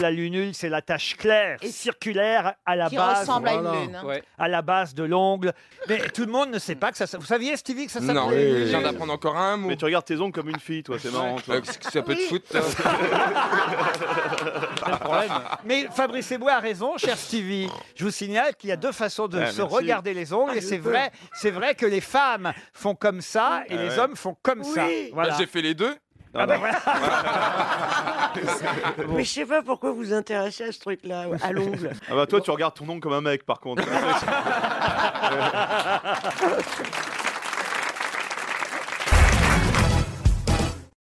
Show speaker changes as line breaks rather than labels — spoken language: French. la lunule, c'est la tache claire, circulaire, à la
Qui
base.
ressemble à une Voilà. lune. hein. Ouais.
À la base de l'ongle. Mais tout le monde ne sait pas que ça. s- Vous saviez, Stevie, que ça s'appelait
Non,
une
je viens
lunule
d'apprendre encore un mot.
Mais
tu regardes tes ongles comme une fille, toi, c'est
marrant, toi.
ça peut te
Oui.
foutre. euh,
Mais Fabrice Eboué a raison, cher Stevie. Je vous signale qu'il y a deux façons de
Ah,
se
merci. Ah,
regarder les ongles. Et c'est vrai, c'est vrai que les femmes font comme ça et
Ah
les
ouais.
hommes font comme ça.
Oui.
Voilà.
Bah, J'ai fait les deux.
Ah bah voilà.
Mais je sais pas pourquoi vous vous intéressez à ce truc-là, à l'ongle.
Ah bah toi, tu regardes ton nom comme un mec, par contre.